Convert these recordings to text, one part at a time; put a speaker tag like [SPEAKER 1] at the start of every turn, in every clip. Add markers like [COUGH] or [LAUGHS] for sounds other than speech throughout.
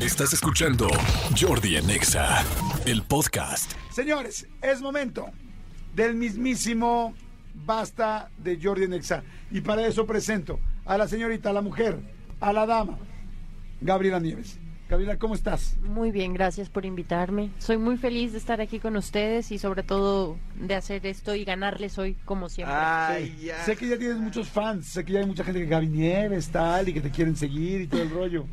[SPEAKER 1] Estás escuchando Jordi en Exa, el podcast.
[SPEAKER 2] Señores, es momento del mismísimo Basta de Jordi en Exa. Y para eso presento a la señorita, a la mujer, a la dama, Gabriela Nieves. Gabriela, ¿cómo estás?
[SPEAKER 3] Muy bien, gracias por invitarme. Soy muy feliz de estar aquí con ustedes y sobre todo de hacer esto y ganarles hoy como siempre.
[SPEAKER 2] Ah.
[SPEAKER 4] Ay, ya.
[SPEAKER 2] Sé que ya tienes muchos fans, sé que ya hay mucha gente que Gaby Nieves tal y que te quieren seguir y todo el rollo.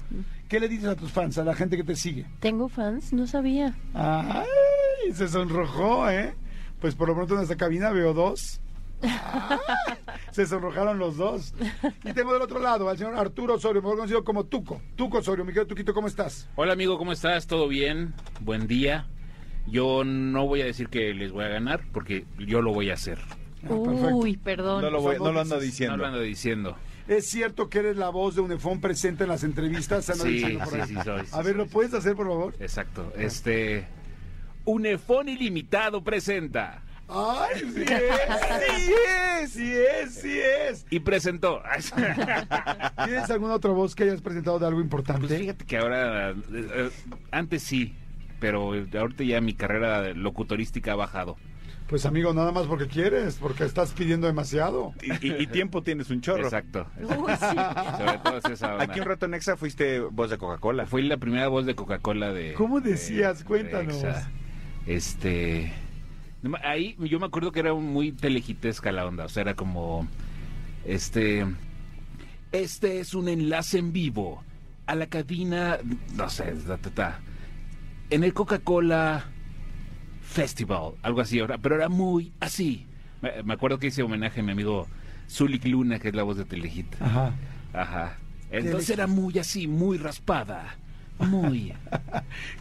[SPEAKER 2] ¿Qué le dices a tus fans, a la gente que te sigue?
[SPEAKER 3] ¿Tengo fans? No sabía.
[SPEAKER 2] ¡Ay! Se sonrojó, ¿eh? Pues por lo pronto en esta cabina veo dos. ¡Ay! Se sonrojaron los dos. Y tengo del otro lado al señor Arturo Osorio, mejor conocido como Tuco. Tuco Osorio, mi querido Tuquito, ¿cómo estás?
[SPEAKER 5] Hola amigo, ¿cómo estás? ¿Todo bien? Buen día. Yo no voy a decir que les voy a ganar porque yo lo voy a hacer.
[SPEAKER 2] Ah,
[SPEAKER 3] Ah,
[SPEAKER 2] perfecto.
[SPEAKER 3] Uy, perdón.
[SPEAKER 4] No lo, voy- no lo ando
[SPEAKER 5] No lo
[SPEAKER 4] diciendo.
[SPEAKER 5] ando diciendo.
[SPEAKER 2] ¿Es cierto que eres la voz de Unifón presente en las entrevistas? Se anda
[SPEAKER 5] Sí,
[SPEAKER 2] diciendo por
[SPEAKER 5] sí,
[SPEAKER 2] ahí.
[SPEAKER 5] sí, soy, sí,
[SPEAKER 2] a ver, ¿lo
[SPEAKER 5] soy,
[SPEAKER 2] puedes Ah. hacer, por favor?
[SPEAKER 5] Exacto. Este Unefón ilimitado presenta
[SPEAKER 2] ¡Ay, sí es! ¡Sí es! ¡Sí es! ¡Sí es!
[SPEAKER 5] y presentó. [LAUGHS] Pues Ay,
[SPEAKER 2] ¿Tienes alguna otra voz que hayas presentado de algo importante?
[SPEAKER 5] Pues fíjate que ahora eh, eh, antes sí, pero ahorita ya mi carrera locutorística ha bajado.
[SPEAKER 2] Pues amigo, nada más porque quieres, porque estás pidiendo demasiado.
[SPEAKER 4] Y, y- y tiempo tienes un chorro.
[SPEAKER 5] Exacto.
[SPEAKER 3] Uy,
[SPEAKER 2] [LAUGHS]
[SPEAKER 3] sí.
[SPEAKER 2] Ah.
[SPEAKER 5] Sobre todo es esa onda.
[SPEAKER 4] Aquí un rato en Exa fuiste voz de Coca-Cola.
[SPEAKER 5] Fue la primera voz de Coca-Cola de.
[SPEAKER 2] ¿Cómo
[SPEAKER 5] de-
[SPEAKER 2] decías?
[SPEAKER 5] de
[SPEAKER 2] Cuéntanos.
[SPEAKER 5] Exa. Este. no ma- Ahí yo me acuerdo que era muy telejitesca la onda. O sea, era como. Este. Este es un enlace en vivo a la cabina. No sé, ta, ta, ta, en el Coca-Cola Festival, algo así, ahora, pero era muy así. Me, me acuerdo que hice homenaje a mi amigo Zulik Luna, que es la voz de Telehit.
[SPEAKER 2] Ajá.
[SPEAKER 5] Ajá. Entonces era muy así, muy raspada.
[SPEAKER 2] [LAUGHS]
[SPEAKER 5] Muy.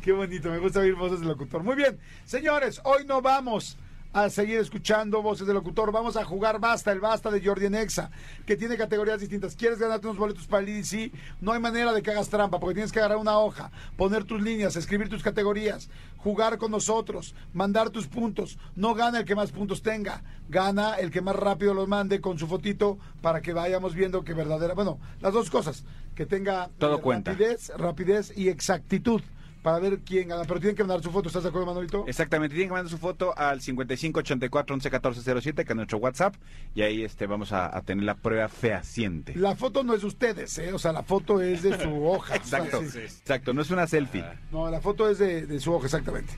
[SPEAKER 2] Qué bonito, me gusta oír voces del locutor. Muy bien, señores, hoy no vamos a seguir escuchando voces del locutor. Vamos a jugar Basta, el Basta de Jordi Nexa, que tiene categorías distintas. ¿Quieres ganarte unos boletos para el IDC? No hay manera de que hagas trampa, porque tienes que agarrar una hoja, poner tus líneas, escribir tus categorías, jugar con nosotros, mandar tus puntos. No gana el que más puntos tenga, gana el que más rápido los mande con su fotito para que vayamos viendo que verdadera. Bueno, las dos cosas, que tenga
[SPEAKER 4] Todo
[SPEAKER 2] eh,
[SPEAKER 4] cuenta.
[SPEAKER 2] rapidez, rapidez y exactitud para ver quién gana. Pero tienen que mandar su foto, ¿estás de acuerdo, Manolito?
[SPEAKER 4] Exactamente, tienen que mandar su foto al 5584-111407, que es nuestro WhatsApp, y ahí este, vamos a, a tener la prueba fehaciente.
[SPEAKER 2] La foto no es de ustedes, ¿eh? O sea, la foto es de su hoja. o sea,
[SPEAKER 4] Exacto,
[SPEAKER 2] sí.
[SPEAKER 4] exacto, no es una selfie.
[SPEAKER 2] No, la foto es de, de su hoja, exactamente.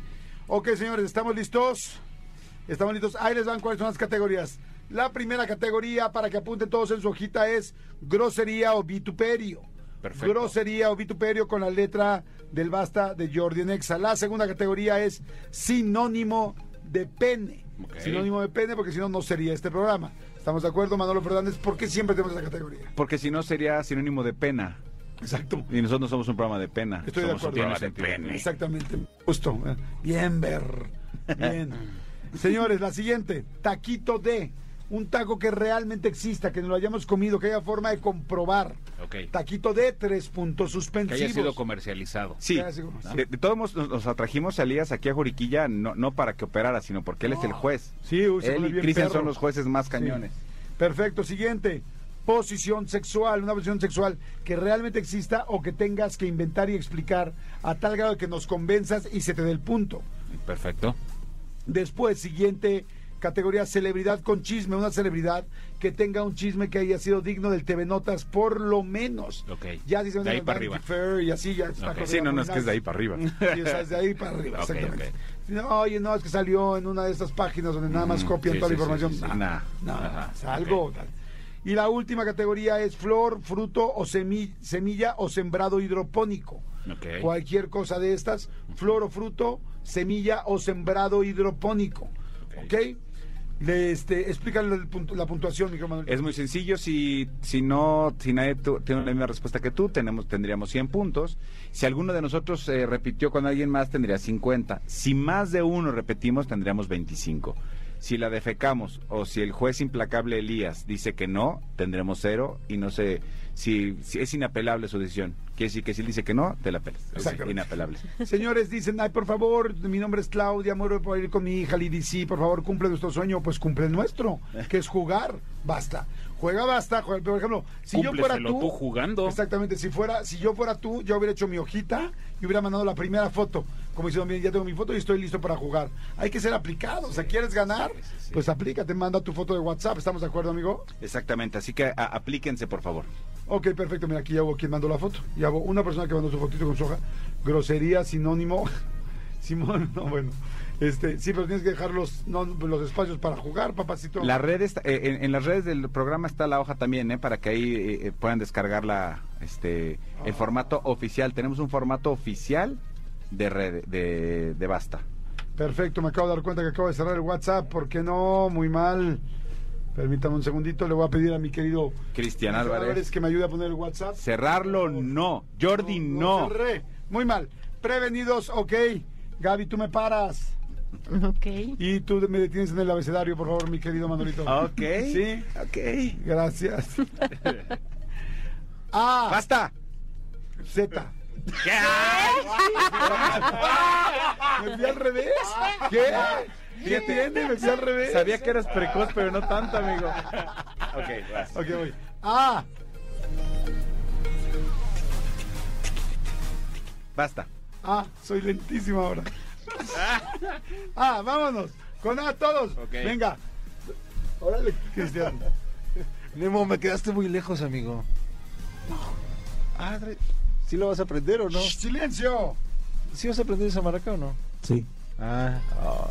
[SPEAKER 2] Ok, señores, ¿estamos listos? Estamos listos. Ahí les van cuáles son las categorías. La primera categoría, para que apunten todos en su hojita, es grosería o vituperio.
[SPEAKER 5] Perfecto.
[SPEAKER 2] Grosería o vituperio con la letra del basta de Jordi Nexa. La segunda categoría es sinónimo de pene.
[SPEAKER 5] Ok.
[SPEAKER 2] Sinónimo de pene, porque si no, no sería este programa. ¿Estamos de acuerdo, Manolo Fernández? ¿Por qué siempre tenemos esa categoría?
[SPEAKER 4] Porque si no sería sinónimo de pena.
[SPEAKER 2] Exacto.
[SPEAKER 4] Y nosotros no somos un programa de pena.
[SPEAKER 2] Estoy de
[SPEAKER 4] somos
[SPEAKER 2] acuerdo.
[SPEAKER 4] un programa de
[SPEAKER 5] Tiene sentido.
[SPEAKER 4] pene.
[SPEAKER 2] Exactamente, justo. Bien, Ver.
[SPEAKER 4] [LAUGHS]
[SPEAKER 2] Bien. Señores, la siguiente, taquito de un taco que realmente exista, que no lo hayamos comido, que haya forma de comprobar.
[SPEAKER 5] Ok.
[SPEAKER 2] Taquito de tres puntos
[SPEAKER 5] Que
[SPEAKER 2] suspensivos.
[SPEAKER 5] haya sido comercializado.
[SPEAKER 4] Sí,
[SPEAKER 2] Ya, sí, sí.
[SPEAKER 4] de, de todos modos nos, nos atrajimos a Elías aquí a Juriquilla, no, no para que operara, sino porque él es el juez.
[SPEAKER 2] Sí, uy, se
[SPEAKER 4] Él
[SPEAKER 2] pone
[SPEAKER 4] y
[SPEAKER 2] bien
[SPEAKER 4] Cristian
[SPEAKER 2] perro.
[SPEAKER 4] son los jueces más
[SPEAKER 2] Sí.
[SPEAKER 4] cañones.
[SPEAKER 2] Perfecto, siguiente. Posición sexual, una posición sexual que realmente exista o que tengas que inventar y explicar a tal grado que nos convenzas y se te dé el punto.
[SPEAKER 5] Perfecto.
[SPEAKER 2] Después, siguiente categoría, celebridad con chisme. Una celebridad que tenga un chisme que haya sido digno del TV Notas, por lo menos.
[SPEAKER 5] Ok.
[SPEAKER 2] Ya si se van
[SPEAKER 5] De
[SPEAKER 2] a
[SPEAKER 5] ahí para
[SPEAKER 2] Vanity
[SPEAKER 5] arriba.
[SPEAKER 2] Fair y así ya está
[SPEAKER 5] Ok.
[SPEAKER 2] corriendo
[SPEAKER 4] Sí, no, no, es que es de ahí
[SPEAKER 2] nominal.
[SPEAKER 4] para arriba. [LAUGHS]
[SPEAKER 2] Sí, o sea, es de ahí para arriba,
[SPEAKER 5] [LAUGHS] Ok,
[SPEAKER 2] exactamente. Si no, oye, no, es que salió en una de estas páginas donde nada más
[SPEAKER 5] Mm,
[SPEAKER 2] copian
[SPEAKER 5] sí,
[SPEAKER 2] toda
[SPEAKER 5] sí,
[SPEAKER 2] la información.
[SPEAKER 5] sí, sí, sí.
[SPEAKER 2] Nah,
[SPEAKER 4] Nah.
[SPEAKER 2] no,
[SPEAKER 5] Ajá,
[SPEAKER 2] es algo.
[SPEAKER 5] ok.
[SPEAKER 2] tal. Y la última categoría es flor, fruto o semi- semilla o sembrado hidropónico.
[SPEAKER 5] Ok.
[SPEAKER 2] Cualquier cosa de estas, flor o fruto, semilla o sembrado hidropónico. ¿Ok? Le, este, explícale el puntu- la puntuación, micro Manuel.
[SPEAKER 4] Es muy sencillo, si, si no, si nadie tu- tiene la misma respuesta que tú, tenemos, tendríamos 100 puntos. Si alguno de nosotros eh, repitió con alguien más, tendría 50. Si más de uno repetimos, tendríamos 25. Si la defecamos o si el juez implacable Elías dice que no, tendremos cero y no sé si, si es inapelable su decisión. Quiere decir que si él dice que no, te la pelas. Es
[SPEAKER 2] Exactamente.
[SPEAKER 4] Inapelable.
[SPEAKER 2] Señores, dicen, ay, por favor, mi nombre es Claudia, muero por ir con mi hija Lidi, sí, por favor, cumple nuestro sueño, pues cumple el nuestro, que es jugar, basta. Juega, basta, juega, por ejemplo, si yo fuera
[SPEAKER 5] Cúmpleselo
[SPEAKER 2] tú,
[SPEAKER 5] tú jugando.
[SPEAKER 2] Exactamente, si fuera, si yo fuera tú, yo hubiera hecho mi hojita y hubiera mandado la primera foto. Como diciendo, miren, ya tengo mi foto y estoy listo para jugar. Hay que ser aplicado. O sea, ¿quieres ganar?
[SPEAKER 4] sí, sí.
[SPEAKER 2] Pues aplícate, manda tu foto de WhatsApp. ¿Estamos de acuerdo, amigo?
[SPEAKER 4] Exactamente, así que a- aplíquense, por favor.
[SPEAKER 2] Ok, perfecto. Mira, aquí ya hubo quien mandó la foto. Ya hubo una persona que mandó su fotito con su hoja. Grosería, sinónimo. [LAUGHS] Simón, no, bueno. Este, sí, pero tienes que dejar los, no, los espacios para jugar, papacito.
[SPEAKER 4] La red está- eh, en, en las redes del programa está la hoja también, ¿eh? para que ahí eh, eh, puedan descargar la, este, el formato oficial. Tenemos un formato oficial de red, de, de basta.
[SPEAKER 2] Perfecto, me acabo de dar cuenta que acabo de cerrar el WhatsApp. ¿Por qué no? Muy mal. Permítame un segundito. Le voy a pedir a mi querido
[SPEAKER 4] Cristian Álvarez.
[SPEAKER 2] que me ayude a poner el WhatsApp.
[SPEAKER 4] Cerrarlo no, Jordi
[SPEAKER 2] No,
[SPEAKER 4] no.
[SPEAKER 2] lo cerré. Muy mal. Prevenidos, ok. Gaby, tú me paras.
[SPEAKER 3] Ok.
[SPEAKER 2] Y tú me detienes en el abecedario, por favor, mi querido Manolito.
[SPEAKER 4] Ok.
[SPEAKER 2] Sí.
[SPEAKER 4] Ok.
[SPEAKER 2] Gracias. A,
[SPEAKER 4] Basta.
[SPEAKER 2] Z. Me fui al revés. ¿Qué? ¿Qué tiene? Me fui al revés.
[SPEAKER 4] Sabía que eras precoz, pero no tanto, amigo. Ok, vas.
[SPEAKER 2] Ok, voy. A,
[SPEAKER 4] Basta.
[SPEAKER 2] Ah, soy lentísimo ahora. ah, vámonos. Con A todos. Venga. Órale, Cristian.
[SPEAKER 6] Nemo, me quedaste muy lejos, amigo. Madre, ¿sí lo vas a aprender o no?
[SPEAKER 2] Shh, ¡Silencio!
[SPEAKER 6] ¿Sí vas a aprender esa maraca o no?
[SPEAKER 7] Sí.
[SPEAKER 6] Ah,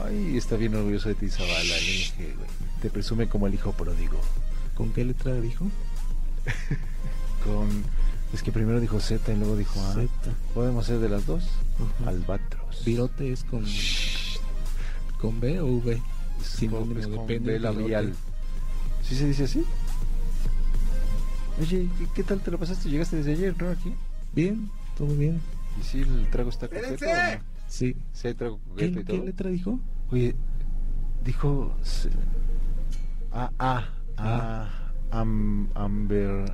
[SPEAKER 6] ay, está bien orgulloso de ti, Zavala. le dije, güey. Te presume como el hijo pródigo.
[SPEAKER 7] ¿Con qué letra dijo?
[SPEAKER 6] Con. Es que primero dijo Z y luego dijo A.
[SPEAKER 7] Z.
[SPEAKER 6] ¿Podemos ser de las dos?
[SPEAKER 7] Ajá.
[SPEAKER 6] Albatros.
[SPEAKER 7] Virote es con. ¿Con B o V?
[SPEAKER 6] con-
[SPEAKER 7] Sinónimo,
[SPEAKER 6] es Pues, con
[SPEAKER 7] depende
[SPEAKER 6] B
[SPEAKER 7] del
[SPEAKER 6] labial.
[SPEAKER 7] virote.
[SPEAKER 6] ¿Sí se dice así? Oye, ¿qué, qué tal te lo pasaste? Llegaste desde ayer, ¿no? Aquí.
[SPEAKER 7] Bien, todo bien.
[SPEAKER 6] ¿Y si el trago está coqueto o
[SPEAKER 2] ¡Espérense!
[SPEAKER 6] no?
[SPEAKER 7] Sí.
[SPEAKER 6] ¿Sí hay trago
[SPEAKER 7] ¿Qué,
[SPEAKER 6] coqueto y
[SPEAKER 7] qué
[SPEAKER 6] todo?
[SPEAKER 7] letra dijo?
[SPEAKER 6] Oye, dijo. se- Ah, ah, ah. am- amber.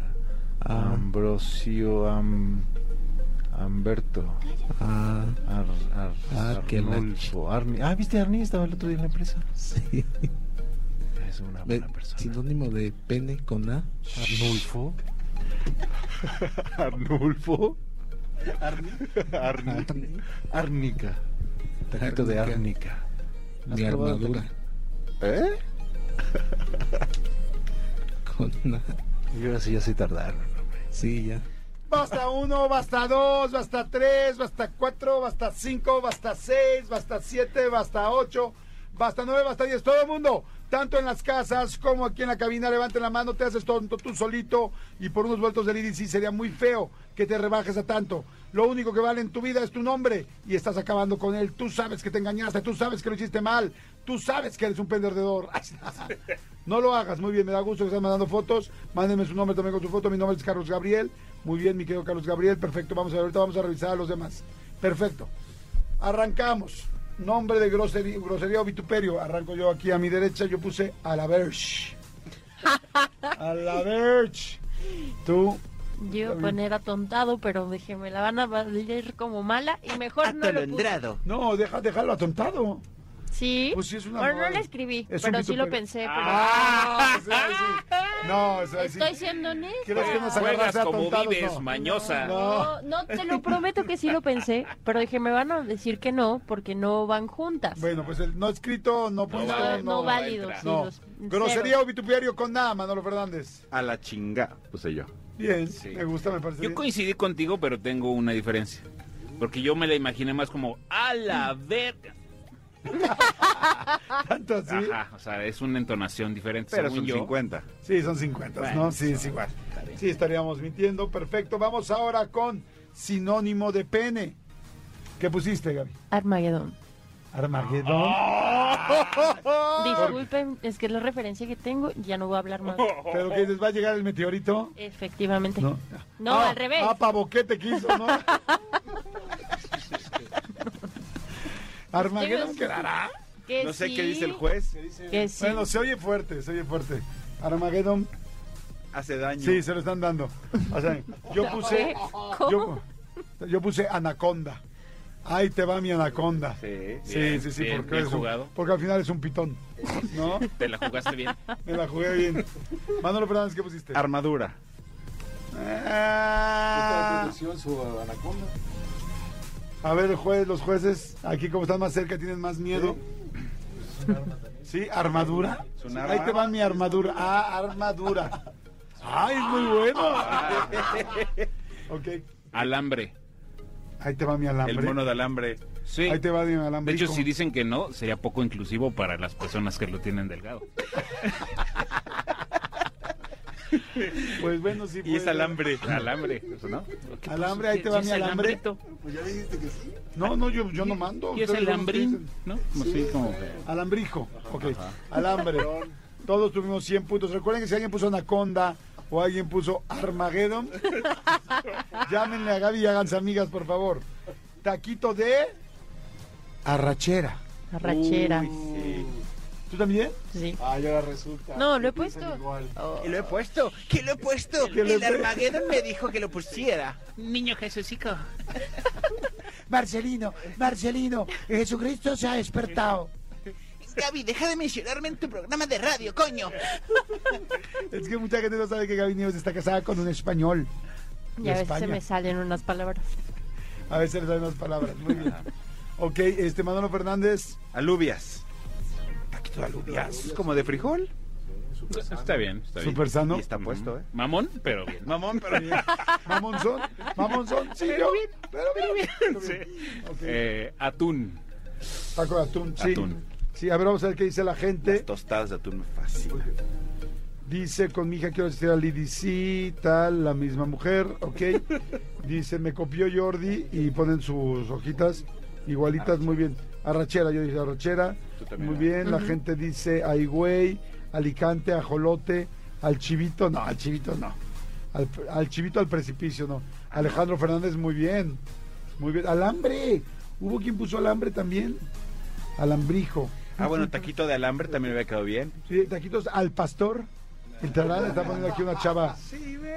[SPEAKER 7] Ah.
[SPEAKER 6] Ambrosio. am- Amberto.
[SPEAKER 7] Ah,
[SPEAKER 6] Ar, ar,
[SPEAKER 7] Ah, qué la
[SPEAKER 6] Arnulfo. Arni. Ah, ¿viste? Arni estaba el otro día en la empresa.
[SPEAKER 7] sí.
[SPEAKER 6] Es una
[SPEAKER 7] Ve-
[SPEAKER 6] buena persona.
[SPEAKER 7] Sinónimo de pene con A.
[SPEAKER 6] Arnulfo.
[SPEAKER 4] [LAUGHS] Arnulfo.
[SPEAKER 6] Arni. Árnica. Taquito de árnica. ¿Has
[SPEAKER 7] De
[SPEAKER 6] probado
[SPEAKER 7] armadura.
[SPEAKER 4] ¿Eh?
[SPEAKER 7] Con A.
[SPEAKER 6] Y ahora sí ya se tardaron, hombre.
[SPEAKER 7] Sí, ya.
[SPEAKER 2] Basta uno, basta dos, basta tres, basta cuatro, basta cinco, basta seis, basta siete, basta ocho, basta nueve, basta diez. Todo el mundo, tanto en las casas como aquí en la cabina, levanten la mano, te haces tonto tú solito y por unos vueltos del IDC sería muy feo que te rebajes a tanto. Lo único que vale en tu vida es tu nombre y estás acabando con él. Tú sabes que te engañaste, tú sabes que lo hiciste mal, tú sabes que eres un perdedor. [LAUGHS] No lo hagas, muy bien, me da gusto que están mandando fotos. Mándenme su nombre también con su foto. Mi nombre es Carlos Gabriel. Muy bien, mi querido Carlos Gabriel. Perfecto, vamos a ver, ahorita vamos a revisar a los demás. Perfecto. Arrancamos. Nombre de grosería, grosería o vituperio. Arranco yo aquí a mi derecha, yo puse a la
[SPEAKER 3] [LAUGHS]
[SPEAKER 2] verge. A la verge. Tú,
[SPEAKER 3] Yo iba a poner atontado, pero dije, me la van a valer como mala y mejor no lo puse.
[SPEAKER 8] Atolondrado.
[SPEAKER 2] no, deja, déjalo atontado.
[SPEAKER 3] ¿Sí?
[SPEAKER 2] Pues sí, es una
[SPEAKER 3] Bueno, no
[SPEAKER 2] madre.
[SPEAKER 3] la escribí,
[SPEAKER 2] Es un
[SPEAKER 3] pero sí
[SPEAKER 2] vituperio.
[SPEAKER 3] lo pensé. Pero...
[SPEAKER 2] Ah, o sea, sí. No, o sea, sí.
[SPEAKER 3] Estoy siendo honesta.
[SPEAKER 2] ¿Crees que nos
[SPEAKER 5] Juegas
[SPEAKER 2] agarraste
[SPEAKER 5] como
[SPEAKER 2] atontados?
[SPEAKER 5] vives,
[SPEAKER 2] No.
[SPEAKER 5] mañosa.
[SPEAKER 2] No.
[SPEAKER 3] No, no, te lo prometo que sí lo pensé, pero dije, me van a decir que no, porque no van juntas.
[SPEAKER 2] Bueno, pues el no escrito no puede
[SPEAKER 5] va-
[SPEAKER 3] no,
[SPEAKER 5] no, no
[SPEAKER 3] válido.
[SPEAKER 5] entra.
[SPEAKER 3] sí,
[SPEAKER 2] No.
[SPEAKER 3] los-
[SPEAKER 2] Grosería
[SPEAKER 3] cero.
[SPEAKER 2] o vituperio con nada, Manolo Fernández.
[SPEAKER 4] A la chinga, puse yo.
[SPEAKER 2] Bien,
[SPEAKER 5] Sí.
[SPEAKER 2] me gusta, me parece.
[SPEAKER 5] Yo
[SPEAKER 2] bien.
[SPEAKER 5] coincidí contigo, pero tengo una diferencia. Porque yo me la imaginé más como a la verga.
[SPEAKER 2] Tanto así.
[SPEAKER 5] Ajá, o sea, es una entonación diferente.
[SPEAKER 4] Pero
[SPEAKER 5] según
[SPEAKER 4] son
[SPEAKER 5] yo.
[SPEAKER 4] 50.
[SPEAKER 2] Sí, son 50, ¿no?
[SPEAKER 5] Bueno,
[SPEAKER 2] Sí, es igual. Sí, estaríamos mintiendo. Perfecto. Vamos ahora con sinónimo de pene. ¿Qué pusiste, Gaby?
[SPEAKER 3] Armagedón.
[SPEAKER 2] Armagedón.
[SPEAKER 3] Disculpen, es que es la referencia que tengo y ya no voy a hablar más.
[SPEAKER 2] ¿Pero que les va a llegar el meteorito?
[SPEAKER 3] Efectivamente.
[SPEAKER 2] No,
[SPEAKER 3] No,
[SPEAKER 2] Ah,
[SPEAKER 3] al revés.
[SPEAKER 2] Ah, pavoquete quiso,
[SPEAKER 3] [LAUGHS]
[SPEAKER 2] ¿no? Armagedón
[SPEAKER 3] Digo,
[SPEAKER 2] quedará.
[SPEAKER 3] Que
[SPEAKER 4] No sé
[SPEAKER 3] sí,
[SPEAKER 4] qué dice el juez.
[SPEAKER 3] Que sí.
[SPEAKER 2] Bueno, se oye fuerte, se oye fuerte. Armagedón
[SPEAKER 4] Hace daño.
[SPEAKER 2] Sí, se lo están dando. O sea,
[SPEAKER 3] [LAUGHS]
[SPEAKER 2] yo puse.
[SPEAKER 3] ¿Qué?
[SPEAKER 2] Yo, yo puse anaconda. Ahí te va mi anaconda. Sí,
[SPEAKER 4] Sí.
[SPEAKER 2] sí,
[SPEAKER 5] Bien,
[SPEAKER 2] sí,
[SPEAKER 5] bien,
[SPEAKER 2] porque,
[SPEAKER 5] bien
[SPEAKER 2] es un-
[SPEAKER 5] jugado.
[SPEAKER 2] porque al final es un pitón. ¿No?
[SPEAKER 5] Te la jugaste bien.
[SPEAKER 2] Me la jugué bien. Manolo Fernández, ¿qué pusiste?
[SPEAKER 4] Armadura. Ah.
[SPEAKER 2] Ah,
[SPEAKER 6] su anaconda.
[SPEAKER 2] A ver, el juez, los jueces, aquí como están más cerca, tienen más miedo. Sí, armadura.
[SPEAKER 4] Es un
[SPEAKER 2] Sí,
[SPEAKER 4] arma.
[SPEAKER 2] Ahí te va mi armadura. Ah, armadura. Ay, es muy bueno. Ok,
[SPEAKER 5] Alambre.
[SPEAKER 2] ahí te va mi alambre.
[SPEAKER 4] El mono de alambre.
[SPEAKER 5] Sí.
[SPEAKER 2] Ahí te va mi
[SPEAKER 5] De
[SPEAKER 2] alambre.
[SPEAKER 5] hecho, si dicen que no, sería poco inclusivo para las personas que lo tienen delgado.
[SPEAKER 2] Pues bueno, sí.
[SPEAKER 4] Y es
[SPEAKER 2] puede.
[SPEAKER 4] alambre.
[SPEAKER 5] Alambre, eso, ¿no? ¿Qué
[SPEAKER 2] Alambre,
[SPEAKER 5] pasó?
[SPEAKER 2] ahí te va
[SPEAKER 5] Sí,
[SPEAKER 2] mi
[SPEAKER 5] es
[SPEAKER 2] alambre.
[SPEAKER 5] alambrito.
[SPEAKER 6] Pues
[SPEAKER 2] No, no, yo, yo no mando.
[SPEAKER 5] Y
[SPEAKER 2] Ustedes
[SPEAKER 5] es
[SPEAKER 2] son los que
[SPEAKER 5] alambrín,
[SPEAKER 2] dicen.
[SPEAKER 5] ¿no? Como sí, como...
[SPEAKER 2] Alambrijo. Ok, alambre. Todos tuvimos 100 puntos. Recuerden que si alguien puso Anaconda o alguien puso
[SPEAKER 6] [LAUGHS]
[SPEAKER 2] Armageddon, llámenle a Gaby y háganse amigas, por favor. Taquito de arrachera.
[SPEAKER 3] Arrachera.
[SPEAKER 2] ¿Tú también?
[SPEAKER 3] Sí.
[SPEAKER 6] Ah, y ahora resulta.
[SPEAKER 3] No,
[SPEAKER 6] que
[SPEAKER 3] lo he
[SPEAKER 6] piensan
[SPEAKER 3] puesto.
[SPEAKER 6] igual.
[SPEAKER 3] Oh.
[SPEAKER 8] lo he puesto. ¿Qué lo he puesto?
[SPEAKER 2] ¿Qué lo he
[SPEAKER 8] El
[SPEAKER 2] pu-
[SPEAKER 8] Armageddon me dijo que lo pusiera. [LAUGHS]
[SPEAKER 5] Niño Jesucico.
[SPEAKER 2] Marcelino, Marcelino, Jesucristo se ha despertado.
[SPEAKER 8] Gaby, deja de mencionarme en tu programa de radio, coño.
[SPEAKER 2] Es que mucha gente no sabe que Gaby Nieves está casada con un español.
[SPEAKER 3] Y
[SPEAKER 2] de
[SPEAKER 3] a veces se
[SPEAKER 2] España.
[SPEAKER 3] me salen unas palabras.
[SPEAKER 2] A veces le salen las palabras. Muy bien. Ok, este Manolo Fernández.
[SPEAKER 4] Alubias. Taquito de alubias. Como de frijol.
[SPEAKER 5] Está bien, está bien.
[SPEAKER 2] Super sano.
[SPEAKER 4] Y está puesto, ¿eh?
[SPEAKER 5] Mamón, pero
[SPEAKER 4] [LAUGHS]
[SPEAKER 5] bien.
[SPEAKER 4] Mamón, pero bien.
[SPEAKER 2] Mamonzón. Mamonzón. Sí, yo. Pero bien. Ok.
[SPEAKER 5] Eh, atún.
[SPEAKER 2] Taco de atún, sí.
[SPEAKER 5] Atún.
[SPEAKER 2] Sí, a ver, vamos a ver qué dice la gente.
[SPEAKER 4] Tostadas de atún me fascinan.
[SPEAKER 2] Dice, con mi hija quiero asistir al IDC, tal, la misma mujer,
[SPEAKER 4] [LAUGHS]
[SPEAKER 2] ok. Dice, me copió Jordi y ponen sus hojitas igualitas, muy bien. Arrachera, yo dije arrachera.
[SPEAKER 4] Tú también,
[SPEAKER 2] Muy
[SPEAKER 4] ¿no?
[SPEAKER 2] bien, la
[SPEAKER 3] Ujú.
[SPEAKER 2] gente dice Aigüey, Alicante, Ajolote, al chivito, no, al chivito no. Al, al chivito al precipicio, no. Alejandro Fernández, muy bien. Muy bien. Alambre. ¿Hubo quien puso alambre también? Alambrijo.
[SPEAKER 4] Ah, bueno, taquito de alambre también me había quedado bien.
[SPEAKER 2] Sí, taquitos al pastor. Entrará, le está poniendo aquí una chava.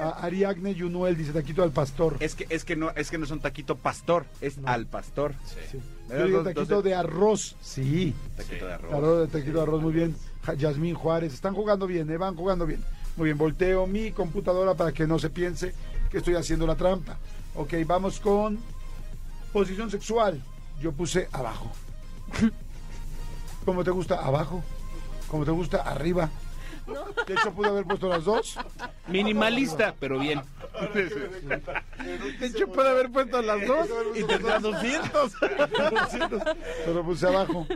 [SPEAKER 2] A- Ariagne Yunuel dice taquito al pastor.
[SPEAKER 4] Es que, es que no, es que no son taquito pastor, es
[SPEAKER 2] No.
[SPEAKER 4] al pastor.
[SPEAKER 2] Sí.
[SPEAKER 4] Me
[SPEAKER 2] Yo
[SPEAKER 4] das
[SPEAKER 2] digo
[SPEAKER 4] dos-
[SPEAKER 2] taquito
[SPEAKER 4] dos de-
[SPEAKER 2] de arroz. Sí.
[SPEAKER 4] Taquito de arroz.
[SPEAKER 2] Arroz de taquito de arroz, muy bien. Ja- Yasmín Juárez, están jugando bien, ¿eh? van jugando bien. Muy bien, volteo mi computadora para que no se piense que estoy haciendo la trampa. Ok, vamos con posición sexual. Yo puse abajo. [LAUGHS] ¿Cómo te gusta? Abajo. ¿Cómo te gusta? Arriba. De hecho, pude haber puesto las dos.
[SPEAKER 5] Minimalista, pero bien.
[SPEAKER 2] De hecho, puede haber puesto las dos y tendrá 200. Pero puse abajo.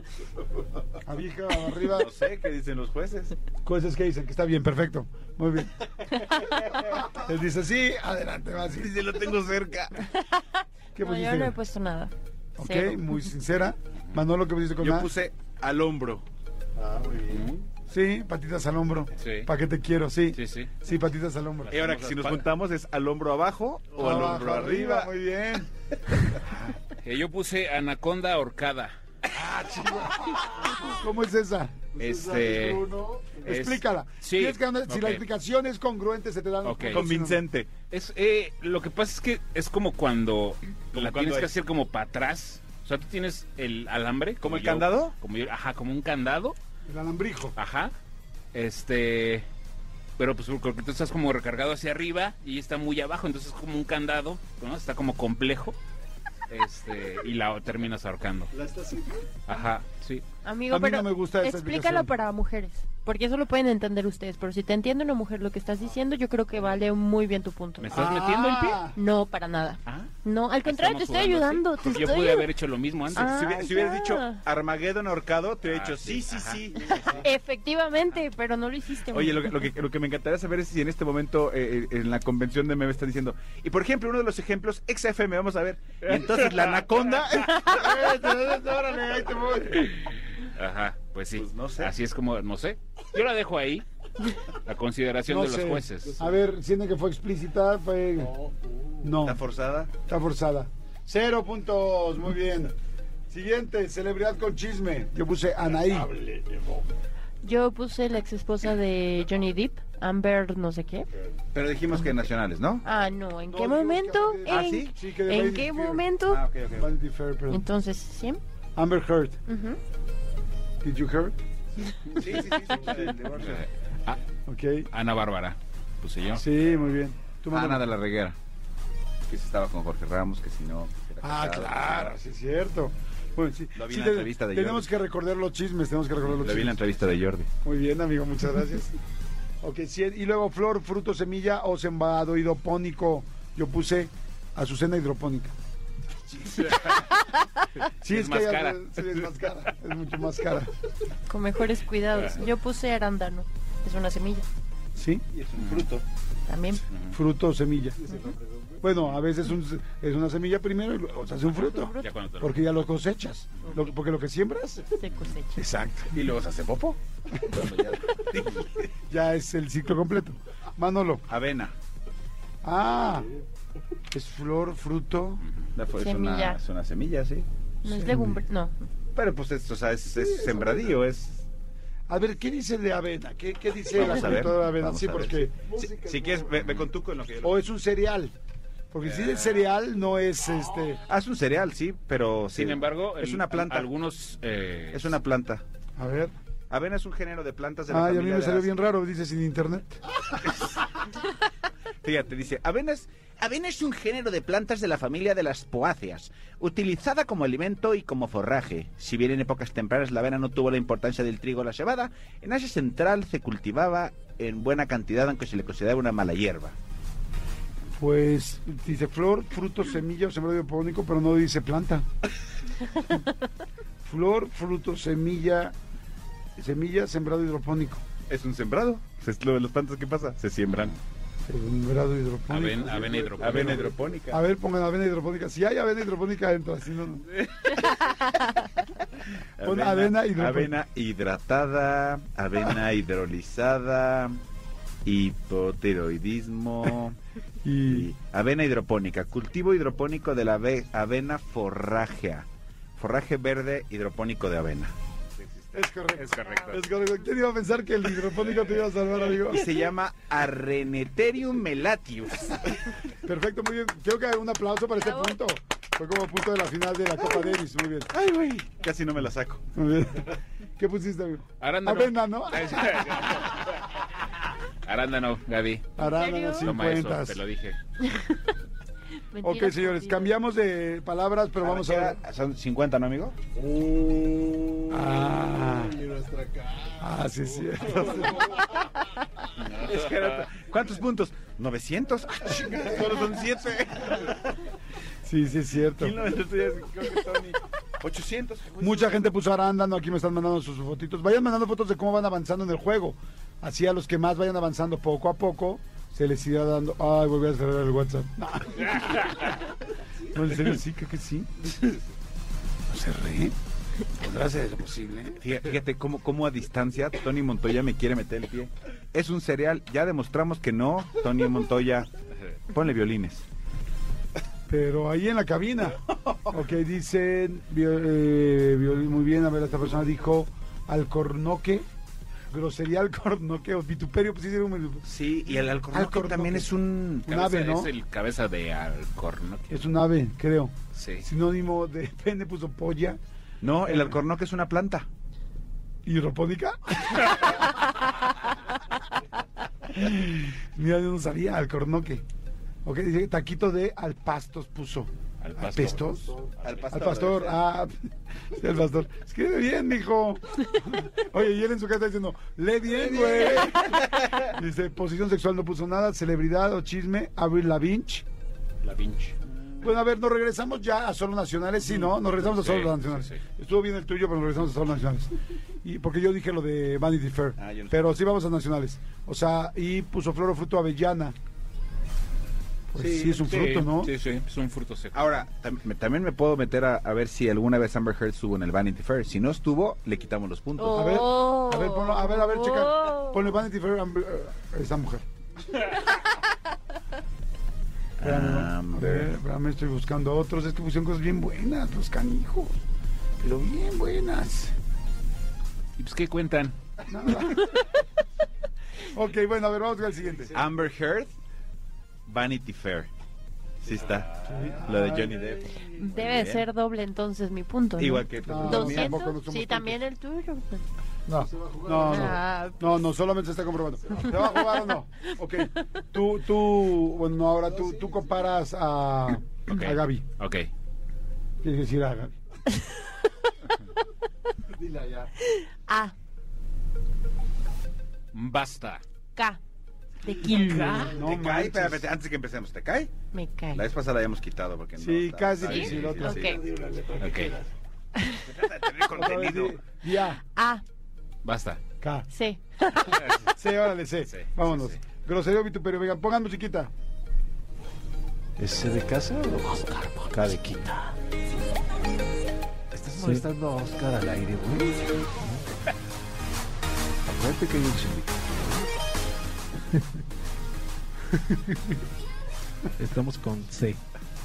[SPEAKER 2] Abija, arriba.
[SPEAKER 4] No sé qué dicen los jueces.
[SPEAKER 2] Cosas que dicen que está bien, perfecto. Muy bien. Él dice, sí, adelante, vas. Dice, lo tengo cerca. ¿Qué
[SPEAKER 3] No, yo
[SPEAKER 2] pusiste?
[SPEAKER 3] no he puesto nada.
[SPEAKER 2] ok,
[SPEAKER 3] Cero.
[SPEAKER 2] muy sincera. Manolo, ¿qué pusiste con
[SPEAKER 4] Yo
[SPEAKER 2] A?
[SPEAKER 4] puse al hombro.
[SPEAKER 2] Sí, patitas al hombro.
[SPEAKER 5] Sí.
[SPEAKER 2] Pa' que te quiero, sí.
[SPEAKER 5] Sí, sí.
[SPEAKER 2] Sí, patitas al hombro.
[SPEAKER 4] Y ahora que si nos juntamos es al hombro abajo o al
[SPEAKER 2] Abajo,
[SPEAKER 4] hombro arriba.
[SPEAKER 2] Muy bien.
[SPEAKER 5] Eh, yo puse anaconda ahorcada.
[SPEAKER 2] ¿Cómo es esa? Pues,
[SPEAKER 5] Este. es-
[SPEAKER 2] Explícala.
[SPEAKER 5] sí,
[SPEAKER 2] Tienes que andar- Si la
[SPEAKER 5] ok.
[SPEAKER 2] explicación es congruente, se te dan los
[SPEAKER 5] Ok.
[SPEAKER 2] puntos.
[SPEAKER 4] Convincente.
[SPEAKER 5] Es, eh, lo que pasa es que es como cuando
[SPEAKER 4] cuando
[SPEAKER 5] la tienes que
[SPEAKER 4] es.
[SPEAKER 5] hacer como para atrás. O sea, tú tienes el alambre.
[SPEAKER 4] ¿Como el candado?
[SPEAKER 5] Como yo, ajá, como un candado.
[SPEAKER 2] El alambrijo.
[SPEAKER 5] Ajá. Este. Pero pues porque tú estás como recargado hacia arriba y ella está muy abajo, entonces es como un candado, ¿no? Está como complejo. Este, y la terminas ahorcando. Ajá, sí.
[SPEAKER 3] Amigo,
[SPEAKER 2] A mí
[SPEAKER 3] pero
[SPEAKER 2] no me gusta esa
[SPEAKER 3] explícalo
[SPEAKER 2] explicación.
[SPEAKER 3] para mujeres, porque eso lo pueden entender ustedes, pero si te entiende una mujer lo que estás diciendo, yo creo que vale muy bien tu punto.
[SPEAKER 5] ¿Me
[SPEAKER 2] Ah,
[SPEAKER 5] estás metiendo el pie?
[SPEAKER 3] No, para nada.
[SPEAKER 5] Ah,
[SPEAKER 3] No, al contrario, te
[SPEAKER 5] estamos
[SPEAKER 3] estoy
[SPEAKER 5] jugando
[SPEAKER 3] ayudando.
[SPEAKER 5] así.
[SPEAKER 3] te
[SPEAKER 5] Yo
[SPEAKER 3] estoy Ah,
[SPEAKER 5] pude
[SPEAKER 3] ayu-
[SPEAKER 5] haber hecho lo mismo antes.
[SPEAKER 3] Ah,
[SPEAKER 4] si, hubiera- si hubieras
[SPEAKER 3] ya.
[SPEAKER 4] dicho Armageddon ahorcado, te hubiera
[SPEAKER 5] Ah,
[SPEAKER 4] dicho sí,
[SPEAKER 5] sí,
[SPEAKER 4] sí,
[SPEAKER 5] ajá.
[SPEAKER 4] sí.
[SPEAKER 3] Efectivamente, pero no lo hiciste.
[SPEAKER 4] Oye, lo que,
[SPEAKER 3] amigo.
[SPEAKER 4] lo que- lo que me encantaría saber es si en este momento eh, eh, en la convención de meme están diciendo. Y por ejemplo, uno de los ejemplos, XFM, vamos a ver. Y entonces la anaconda.
[SPEAKER 2] Órale, ahí te voy.
[SPEAKER 5] Ajá, pues sí.
[SPEAKER 4] Pues no sé.
[SPEAKER 5] Así es como, no sé. Yo la dejo ahí a consideración
[SPEAKER 2] No
[SPEAKER 5] de los
[SPEAKER 2] sé.
[SPEAKER 5] jueces.
[SPEAKER 2] A ver, sienten que fue explícita, fue... No,
[SPEAKER 4] La forzada.
[SPEAKER 2] está forzada. Cero puntos, muy bien. Siguiente, celebridad con chisme. Yo puse Anaí.
[SPEAKER 3] Yo puse la ex esposa de Johnny Depp, Amber, no sé qué.
[SPEAKER 4] Pero dijimos que nacionales, ¿no?
[SPEAKER 3] Ah, no, ¿en
[SPEAKER 2] No,
[SPEAKER 3] qué
[SPEAKER 2] digo que
[SPEAKER 3] momento?
[SPEAKER 2] Amber-
[SPEAKER 3] ¿En,
[SPEAKER 4] ¿Ah, sí?
[SPEAKER 2] Sí, que de
[SPEAKER 3] ¿en
[SPEAKER 2] Vanity
[SPEAKER 3] qué
[SPEAKER 2] Fair.
[SPEAKER 3] momento?
[SPEAKER 4] Ah, ok, ok, ok.
[SPEAKER 2] Vanity Fair, perdón.
[SPEAKER 3] Entonces, ¿sí?
[SPEAKER 2] Amber Heard.
[SPEAKER 3] Ujú.
[SPEAKER 2] Did you heard?
[SPEAKER 4] Sí, sí, sí, sí, sí, el divorcio.
[SPEAKER 2] Ok.
[SPEAKER 5] Eh, Ana Bárbara, puse yo.
[SPEAKER 2] Sí, muy bien. Tú, Manolo.
[SPEAKER 4] Ah, Ana de la Reguera. Que si estaba con Jorge Ramos, que si no. que era
[SPEAKER 2] Ah, claro, sí es cierto. Bueno, sí,
[SPEAKER 4] Lo vi
[SPEAKER 2] sí,
[SPEAKER 4] en la
[SPEAKER 2] te-
[SPEAKER 4] entrevista de
[SPEAKER 2] tenemos
[SPEAKER 4] Jordi.
[SPEAKER 2] que recordar los chismes, tenemos que recordar los
[SPEAKER 4] Lo vi en la
[SPEAKER 2] chismes.
[SPEAKER 4] entrevista de Jordi.
[SPEAKER 2] Muy bien, amigo, muchas gracias. [LAUGHS] ok, sí, y luego flor, fruto, semilla o sembrado hidropónico. Yo puse azucena
[SPEAKER 5] [LAUGHS]
[SPEAKER 2] hidropónica. Sí,
[SPEAKER 5] Es más
[SPEAKER 2] hay-
[SPEAKER 5] cara.
[SPEAKER 2] sí, es más cara, es mucho más cara.
[SPEAKER 3] Con mejores
[SPEAKER 4] Ah.
[SPEAKER 3] cuidados. Yo puse arándano. Es una semilla.
[SPEAKER 2] ¿Sí?
[SPEAKER 3] También.
[SPEAKER 2] Fruto o semilla. Bueno, a veces un- es una semilla primero y luego se hace un fruto.
[SPEAKER 5] Ya cuando te lo-
[SPEAKER 2] Porque ya lo cosechas. Lo- porque lo que siembras,
[SPEAKER 3] Se cosecha.
[SPEAKER 2] exacto.
[SPEAKER 4] Y luego se hace popo. [LAUGHS]
[SPEAKER 2] Ya es el ciclo completo. Manolo.
[SPEAKER 4] Avena.
[SPEAKER 2] Ah, es flor, fruto.
[SPEAKER 4] La fue- es
[SPEAKER 3] Semilla.
[SPEAKER 4] una- Es una semilla, sí.
[SPEAKER 3] No es legumbre. No.
[SPEAKER 4] Pero pues esto, o sea, es, es sembradío, es...
[SPEAKER 2] A ver, ¿qué dice de avena? ¿Qué, qué dice el
[SPEAKER 4] Vamos a ver,
[SPEAKER 2] agricultor de avena?
[SPEAKER 4] vamos
[SPEAKER 2] Sí,
[SPEAKER 4] a ver.
[SPEAKER 2] porque.
[SPEAKER 4] Si, si quieres, ve, ve con tú con lo que yo...
[SPEAKER 2] O es un cereal. Porque si es cereal, no es este.
[SPEAKER 4] Haz un cereal, sí, pero... sí.
[SPEAKER 5] Sin embargo,
[SPEAKER 4] es
[SPEAKER 5] el-
[SPEAKER 4] una planta.
[SPEAKER 5] Algunos. eh,
[SPEAKER 4] Es una planta.
[SPEAKER 2] A ver.
[SPEAKER 4] Avena es un género de plantas de la
[SPEAKER 2] Ay, a
[SPEAKER 4] familia
[SPEAKER 2] mí me
[SPEAKER 4] de
[SPEAKER 2] salió
[SPEAKER 4] las-
[SPEAKER 2] bien raro, dice sin internet.
[SPEAKER 4] Fíjate, dice, avena es
[SPEAKER 8] Avena es un género de plantas de la familia de las poáceas, utilizada como alimento y como forraje.
[SPEAKER 4] Si bien en épocas tempranas la avena no tuvo la importancia del trigo o la cebada, en Asia Central se cultivaba en buena cantidad, aunque se le consideraba una mala hierba.
[SPEAKER 2] Pues dice flor, fruto, semilla o sembrado hidropónico, pero no dice [LAUGHS] planta. flor, fruto, semilla, semilla, sembrado hidropónico.
[SPEAKER 4] Es un sembrado. Es lo de los plantas que pasa. Se siembran.
[SPEAKER 2] Sembrado hidropónico.
[SPEAKER 5] aven- avena hidropónica.
[SPEAKER 4] hidropónica.
[SPEAKER 2] A ver, pongan avena hidropónica. Si hay avena hidropónica, entra. Si no, no. pon avena hidropónica.
[SPEAKER 4] avena hidratada,
[SPEAKER 2] [LAUGHS]
[SPEAKER 4] avena hidrolizada, hipotiroidismo.
[SPEAKER 2] Y
[SPEAKER 4] y avena hidropónica. Cultivo hidropónico de la ave- avena forragea. Forraje verde hidropónico de avena.
[SPEAKER 2] es correcto.
[SPEAKER 5] Es correcto.
[SPEAKER 2] Es correcto. ¿Quién iba a pensar que el hidropónico te iba a salvar, amigo?
[SPEAKER 4] Y se llama Arreneterium melatius.
[SPEAKER 2] Perfecto, muy bien. Quiero que haga un aplauso para este
[SPEAKER 3] Bravo.
[SPEAKER 2] punto. Fue como punto de la final de la Copa Davis. Muy bien.
[SPEAKER 4] Ay, güey. Casi no me la saco.
[SPEAKER 2] Muy
[SPEAKER 5] [LAUGHS]
[SPEAKER 2] bien. ¿Qué pusiste, amigo?
[SPEAKER 5] Arándano.
[SPEAKER 2] Avena, ¿no?
[SPEAKER 5] [LAUGHS] Arándano, Gaby.
[SPEAKER 2] Arándano,
[SPEAKER 3] serio?
[SPEAKER 5] Toma eso,
[SPEAKER 2] 50.
[SPEAKER 5] te lo dije.
[SPEAKER 3] Mentira,
[SPEAKER 2] Ok, señores,
[SPEAKER 3] mentira.
[SPEAKER 2] cambiamos de palabras, pero vamos a ver.
[SPEAKER 4] Son 50,
[SPEAKER 2] [LAUGHS]
[SPEAKER 4] ¿no, amigo?
[SPEAKER 2] Ah, ah sí, sí.
[SPEAKER 4] ¿Cuántos puntos? 900. Ah, chinga, Solo son 7.
[SPEAKER 2] Sí, sí, es cierto.
[SPEAKER 4] 800.
[SPEAKER 2] Mucha gente puso arándano, aquí me están mandando sus fotitos. Vayan mandando fotos de cómo van avanzando en el juego. Así a los que más vayan avanzando poco a poco, se les irá dando. Ay, volví a cerrar el WhatsApp. No, No, en serio, sí, creo que sí.
[SPEAKER 4] Fíjate, fíjate cómo, cómo a distancia Tony Montoya me quiere meter el pie. Es un cereal. Ya demostramos que no, Tony Montoya. Ponle violines.
[SPEAKER 2] Pero ahí en la cabina. Ok, dicen. bio- eh, bio- muy bien, a ver, esta persona dijo alcornoque. Grosería alcornoque o vituperio, pues sí, sí, un-
[SPEAKER 4] Sí, y el
[SPEAKER 2] Alcornoque.
[SPEAKER 4] un...
[SPEAKER 2] Un ave,
[SPEAKER 5] Cabeza-
[SPEAKER 2] ¿no?
[SPEAKER 5] Es el cabeza de alcornoque.
[SPEAKER 2] Es un ave, creo.
[SPEAKER 5] Sí.
[SPEAKER 2] Sinónimo de [LAUGHS] pene puso polla.
[SPEAKER 4] No, el alcornoque es una planta.
[SPEAKER 2] ¿Hidropónica? Mira, yo no sabía, alcornoque. Ok, dice taquito de alpastos puso.
[SPEAKER 5] Al pastor.
[SPEAKER 2] ¿Alpestos?
[SPEAKER 4] Al
[SPEAKER 2] Al pastor, ah, sí, al pastor. Escribe bien, mijo. Oye, y él en su casa diciendo, lee bien, güey. Dice, posición sexual no puso nada, celebridad o chisme, Avril Lavinch.
[SPEAKER 5] La pinche.
[SPEAKER 2] Bueno, a ver, nos regresamos ya a Solo Nacionales, sí, ¿no? Nos regresamos a
[SPEAKER 5] Sí,
[SPEAKER 2] Solo
[SPEAKER 5] sí,
[SPEAKER 2] Nacionales.
[SPEAKER 5] sí.
[SPEAKER 2] Estuvo bien el tuyo, pero nos regresamos a Solo Nacionales. Y porque yo dije lo de Vanity Fair.
[SPEAKER 4] Ah, yo no sé.
[SPEAKER 2] pero sí vamos a Nacionales. O sea, y puso flor o fruto avellana. Pues sí, es un fruto, ¿no?
[SPEAKER 5] Sí, sí, es un fruto seco.
[SPEAKER 4] Ahora, tam- me- también me puedo meter a, a ver si alguna vez Amber Heard estuvo en el Vanity Fair. Si no estuvo, le quitamos los puntos.
[SPEAKER 2] A ver,
[SPEAKER 3] Oh.
[SPEAKER 2] a ver, ponlo, a ver, a ver, checa.
[SPEAKER 3] Oh.
[SPEAKER 2] Ponle Vanity Fair Amber- eh, esa mujer. Ah, Espérame, a ver, espérame, estoy buscando otros. Es que pusieron cosas bien buenas, los canijos. Pero bien buenas.
[SPEAKER 5] ¿Y pues qué cuentan?
[SPEAKER 2] Nada. ok, bueno, a ver, vamos con el siguiente.
[SPEAKER 4] Amber Heard, Vanity Fair. Sí está. Lo de Johnny Depp.
[SPEAKER 3] Debe de
[SPEAKER 4] bien.
[SPEAKER 3] ser doble entonces mi punto. ¿no?
[SPEAKER 4] Igual que tú.
[SPEAKER 2] No,
[SPEAKER 4] también.
[SPEAKER 2] tampoco no
[SPEAKER 3] 200.
[SPEAKER 2] somos
[SPEAKER 3] Sí, también el tuyo. pues.
[SPEAKER 2] No, no, no.
[SPEAKER 3] Ah,
[SPEAKER 2] No, no, solamente se está comprobando. ¿Te va a jugar o no? Ok. Tú, tú, bueno, no, ahora tú, tú comparas a, a Gaby.
[SPEAKER 5] Ok.
[SPEAKER 2] Tienes que decir A, Gaby. Dile allá.
[SPEAKER 3] A,
[SPEAKER 5] Basta.
[SPEAKER 3] K, tequila.
[SPEAKER 2] No
[SPEAKER 4] te cae,
[SPEAKER 2] manches.
[SPEAKER 4] espérate, antes de que empecemos, ¿te cae?
[SPEAKER 3] Me cae.
[SPEAKER 4] La vez pasada la habíamos quitado porque no.
[SPEAKER 2] Sí,
[SPEAKER 4] estaba-
[SPEAKER 2] casi
[SPEAKER 4] Ay,
[SPEAKER 2] que sí, la otra.
[SPEAKER 3] Ok,
[SPEAKER 5] Ok.
[SPEAKER 4] Se trata de tener
[SPEAKER 2] [LAUGHS] Otra vez,
[SPEAKER 4] contenido.
[SPEAKER 2] di- di A,
[SPEAKER 3] A,
[SPEAKER 5] Basta.
[SPEAKER 2] K.
[SPEAKER 3] C.
[SPEAKER 2] C, órale, C.
[SPEAKER 4] Sí,
[SPEAKER 2] Vámonos.
[SPEAKER 4] sí, sí.
[SPEAKER 2] Grosería, vituperio, venga, pongan musiquita.
[SPEAKER 6] ¿Es C de casa o Oscar? de quita. Estás molestando a Oscar al aire, güey. Acuérdate que hay un sindicato.
[SPEAKER 7] Estamos con C.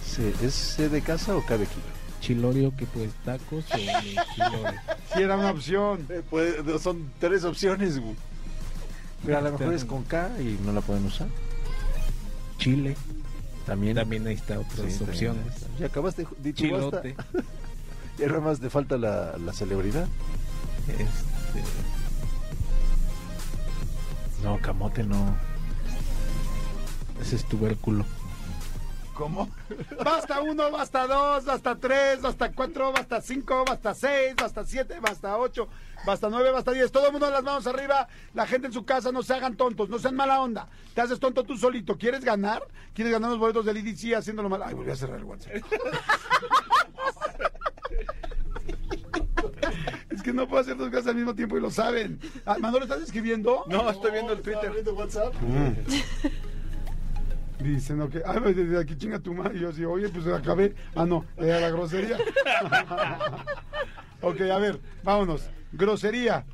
[SPEAKER 6] Sí, ¿Es C de casa o K de quita?
[SPEAKER 7] Chilorio, que pues tacos o de chilorio.
[SPEAKER 2] Si era una opción.
[SPEAKER 6] Eh, pues, son tres opciones, güey. Pero a lo mejor es con K y no la pueden usar.
[SPEAKER 7] Chile.
[SPEAKER 6] También.
[SPEAKER 7] También ahí está otras
[SPEAKER 6] Sí, también.
[SPEAKER 7] opciones.
[SPEAKER 6] Ya acabaste de tu basta.
[SPEAKER 7] Chilote.
[SPEAKER 6] Y ahora más te falta la, la celebridad.
[SPEAKER 7] Este. No, camote no. Ese es tubérculo.
[SPEAKER 4] ¿Cómo?
[SPEAKER 2] Basta uno, basta dos, basta tres, basta cuatro, basta cinco, basta seis, basta siete, basta ocho, basta nueve, basta diez. Todo el mundo las manos arriba. La gente en su casa, no se hagan tontos, no sean mala onda. Te haces tonto tú solito. ¿Quieres ganar? ¿Quieres ganar los boletos del IDC haciéndolo mal? Ay, volví a cerrar el
[SPEAKER 4] [LAUGHS]
[SPEAKER 2] WhatsApp. Es que no puedo hacer dos cosas al mismo tiempo y lo saben. Ah, Manolo, ¿estás escribiendo?
[SPEAKER 4] No, estoy viendo el Twitter.
[SPEAKER 6] WhatsApp?
[SPEAKER 2] Dicen, ok, ah, pues, desde aquí chinga tu madre. Y yo así, oye, pues acabé. Ah, no, era la grosería. [LAUGHS] ok, a ver, vámonos. Grosería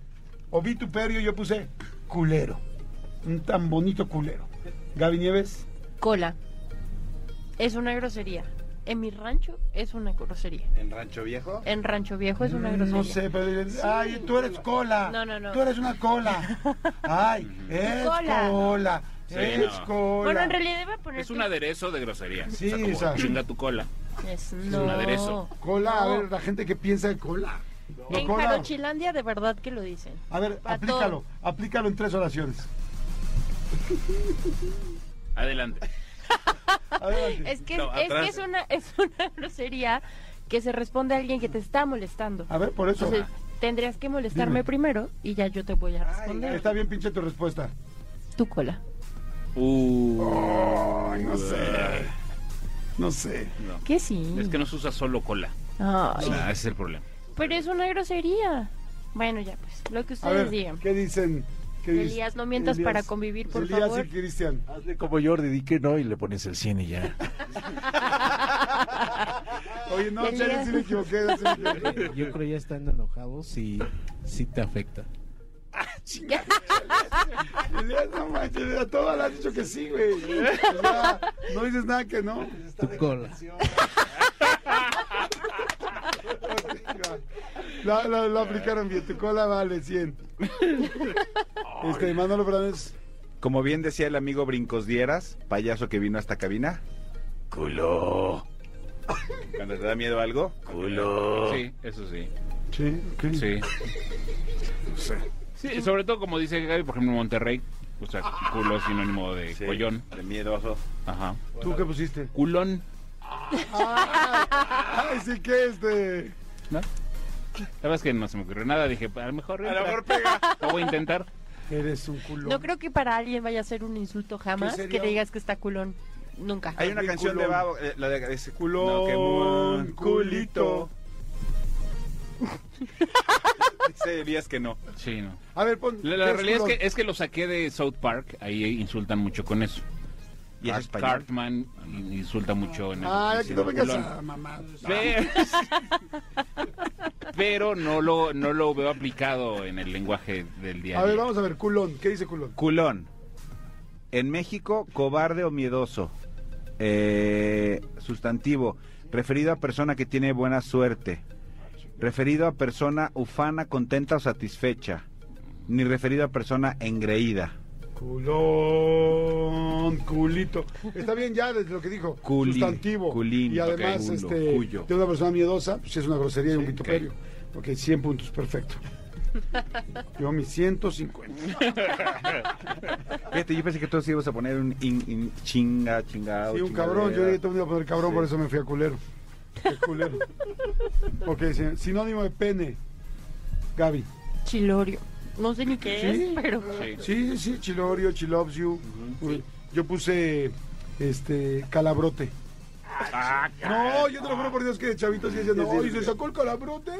[SPEAKER 2] o vituperio, yo puse culero. Un tan bonito culero. Gaby Nieves,
[SPEAKER 3] Cola. Es una grosería. En mi rancho es una grosería.
[SPEAKER 4] ¿En Rancho Viejo?
[SPEAKER 3] En Rancho Viejo es una grosería.
[SPEAKER 2] no sé, pero dicen, ay, tú eres cola.
[SPEAKER 3] No, no, no.
[SPEAKER 2] Tú eres una cola. Ay, es cola.
[SPEAKER 3] Cola.
[SPEAKER 5] Sí,
[SPEAKER 2] es
[SPEAKER 5] no.
[SPEAKER 2] cola.
[SPEAKER 3] Bueno, en realidad iba a poner.
[SPEAKER 5] Es un aderezo de grosería.
[SPEAKER 2] Sí,
[SPEAKER 5] o sea, como
[SPEAKER 2] o sea.
[SPEAKER 5] chinga tu cola.
[SPEAKER 3] Es,
[SPEAKER 5] un
[SPEAKER 3] no.
[SPEAKER 5] aderezo.
[SPEAKER 2] Cola, a
[SPEAKER 3] No.
[SPEAKER 2] ver, la gente que piensa en cola. No,
[SPEAKER 3] En
[SPEAKER 2] cola.
[SPEAKER 3] Jarochilandia de verdad que lo dicen.
[SPEAKER 2] A ver,
[SPEAKER 3] Pa'
[SPEAKER 2] aplícalo,
[SPEAKER 3] todo.
[SPEAKER 2] aplícalo en tres oraciones.
[SPEAKER 3] [LAUGHS]
[SPEAKER 5] Adelante.
[SPEAKER 2] Adelante.
[SPEAKER 3] Es que,
[SPEAKER 5] No,
[SPEAKER 3] es, que
[SPEAKER 5] atrás.
[SPEAKER 3] es una, es una [LAUGHS] grosería que se responde a alguien que te está molestando.
[SPEAKER 2] A ver, por eso.
[SPEAKER 3] Entonces, tendrías que molestarme
[SPEAKER 2] Dime.
[SPEAKER 3] primero y ya yo te voy a responder.
[SPEAKER 2] Está bien pinche tu respuesta.
[SPEAKER 3] Tu cola.
[SPEAKER 5] Uh,
[SPEAKER 2] Ay, no sé. No sé.
[SPEAKER 5] no.
[SPEAKER 3] Que sí.
[SPEAKER 5] Es que no se usa solo cola.
[SPEAKER 3] Ay,
[SPEAKER 5] Ah, ese es el problema.
[SPEAKER 3] Pero es una grosería. Bueno, ya pues, lo que
[SPEAKER 2] A
[SPEAKER 3] ustedes
[SPEAKER 2] ver,
[SPEAKER 3] digan. [LAUGHS]
[SPEAKER 2] ¿qué dicen? ¿Qué dic-
[SPEAKER 3] Elías, no mientas para convivir, por
[SPEAKER 2] Elías
[SPEAKER 3] favor.
[SPEAKER 2] y
[SPEAKER 3] [LAUGHS]
[SPEAKER 2] Cristian.
[SPEAKER 6] Hazle como Jordi, di que no y le pones el 100 y ya.
[SPEAKER 2] Oye, no,
[SPEAKER 3] Elías.
[SPEAKER 2] Chale, sí me equivoqué. sí me equivoqué.
[SPEAKER 7] Eh, Yo creo ya estando enojados si sí te afecta.
[SPEAKER 2] Elías, no manches, a todas le has dicho que sí, güey. O sea, no dices nada que no.
[SPEAKER 7] Tu cola.
[SPEAKER 2] La, la, la aplicaron bien. Tu cola vale
[SPEAKER 5] [LAUGHS]
[SPEAKER 2] 100. Este, Manolo Fernández.
[SPEAKER 4] Como bien decía el amigo Brincos Dieras, payaso que vino hasta cabina. Culo. Cuando te da miedo algo. Culo.
[SPEAKER 5] Sí, eso sí.
[SPEAKER 2] Sí, ok.
[SPEAKER 5] Sí. Sí, y sobre todo como dice Gaby, por ejemplo, en Monterrey, o sea, culo es sinónimo de
[SPEAKER 4] Sí,
[SPEAKER 5] collón.
[SPEAKER 4] De miedoso.
[SPEAKER 5] Ajá.
[SPEAKER 2] ¿Tú qué pusiste?
[SPEAKER 5] Culón.
[SPEAKER 2] Ay, sí que este.
[SPEAKER 5] ¿No? La verdad es que no se me ocurrió nada. Dije, a lo mejor.
[SPEAKER 4] A
[SPEAKER 5] entra.
[SPEAKER 4] lo mejor pega.
[SPEAKER 5] Lo voy a intentar.
[SPEAKER 2] Eres un culo.
[SPEAKER 3] No creo que para alguien vaya a ser un insulto jamás
[SPEAKER 2] sería
[SPEAKER 3] que
[SPEAKER 2] un-
[SPEAKER 3] le digas que está culón. Nunca.
[SPEAKER 4] Hay una
[SPEAKER 2] Bien
[SPEAKER 4] canción de
[SPEAKER 2] culón.
[SPEAKER 4] Babo, eh, la de ese
[SPEAKER 2] Culón, culito.
[SPEAKER 4] [LAUGHS] Dice Elías que no.
[SPEAKER 5] Sí, no.
[SPEAKER 2] A ver, pon.
[SPEAKER 5] La, la realidad es que, es que lo saqué de South Park. Ahí insultan mucho con eso.
[SPEAKER 4] Y es
[SPEAKER 5] Cart-
[SPEAKER 4] español.
[SPEAKER 5] Cartman insulta mucho en eso.
[SPEAKER 2] Ay, aquí no
[SPEAKER 5] diciendo
[SPEAKER 2] vengas
[SPEAKER 5] culón.
[SPEAKER 2] a mamá.
[SPEAKER 5] Pero, [LAUGHS] pero no, lo, no lo veo aplicado en el lenguaje del día
[SPEAKER 2] A
[SPEAKER 5] a
[SPEAKER 2] ver,
[SPEAKER 5] día.
[SPEAKER 2] vamos a ver, culón. ¿Qué dice culón?
[SPEAKER 4] Culón. En México, cobarde o miedoso. Eh, sustantivo. Referido a persona que tiene buena suerte. Referido a persona ufana, contenta o satisfecha. Ni referido a persona engreída.
[SPEAKER 2] Culón, culito. Está bien ya desde lo que dijo.
[SPEAKER 4] Culi,
[SPEAKER 2] sustantivo.
[SPEAKER 4] culín,
[SPEAKER 2] y además,
[SPEAKER 4] ok, culo,
[SPEAKER 2] este,
[SPEAKER 4] cuyo.
[SPEAKER 2] de una persona miedosa, pues sí es una grosería y un vituperio. Ok, 100 puntos, perfecto. Yo mis 150.
[SPEAKER 4] Fíjate, yo pensé que todos ibas a poner un in- in- chinga, chingado.
[SPEAKER 2] Sí, un
[SPEAKER 4] chingadera.
[SPEAKER 2] cabrón. Yo dije, te voy a poner cabrón,
[SPEAKER 4] Sí.
[SPEAKER 2] por eso me fui a culero. Qué
[SPEAKER 4] [LAUGHS]
[SPEAKER 2] culero. ok, sí, sinónimo de pene. Gaby.
[SPEAKER 3] Chilorio. No sé ni qué
[SPEAKER 2] Sí.
[SPEAKER 3] es, pero
[SPEAKER 2] Sí, sí, sí, Chilorio, She Loves You. Uy, Yo puse este calabrote. No, yo te lo juro por Dios que de chavito Ah, sí decía, no, y se sacó el calabrote.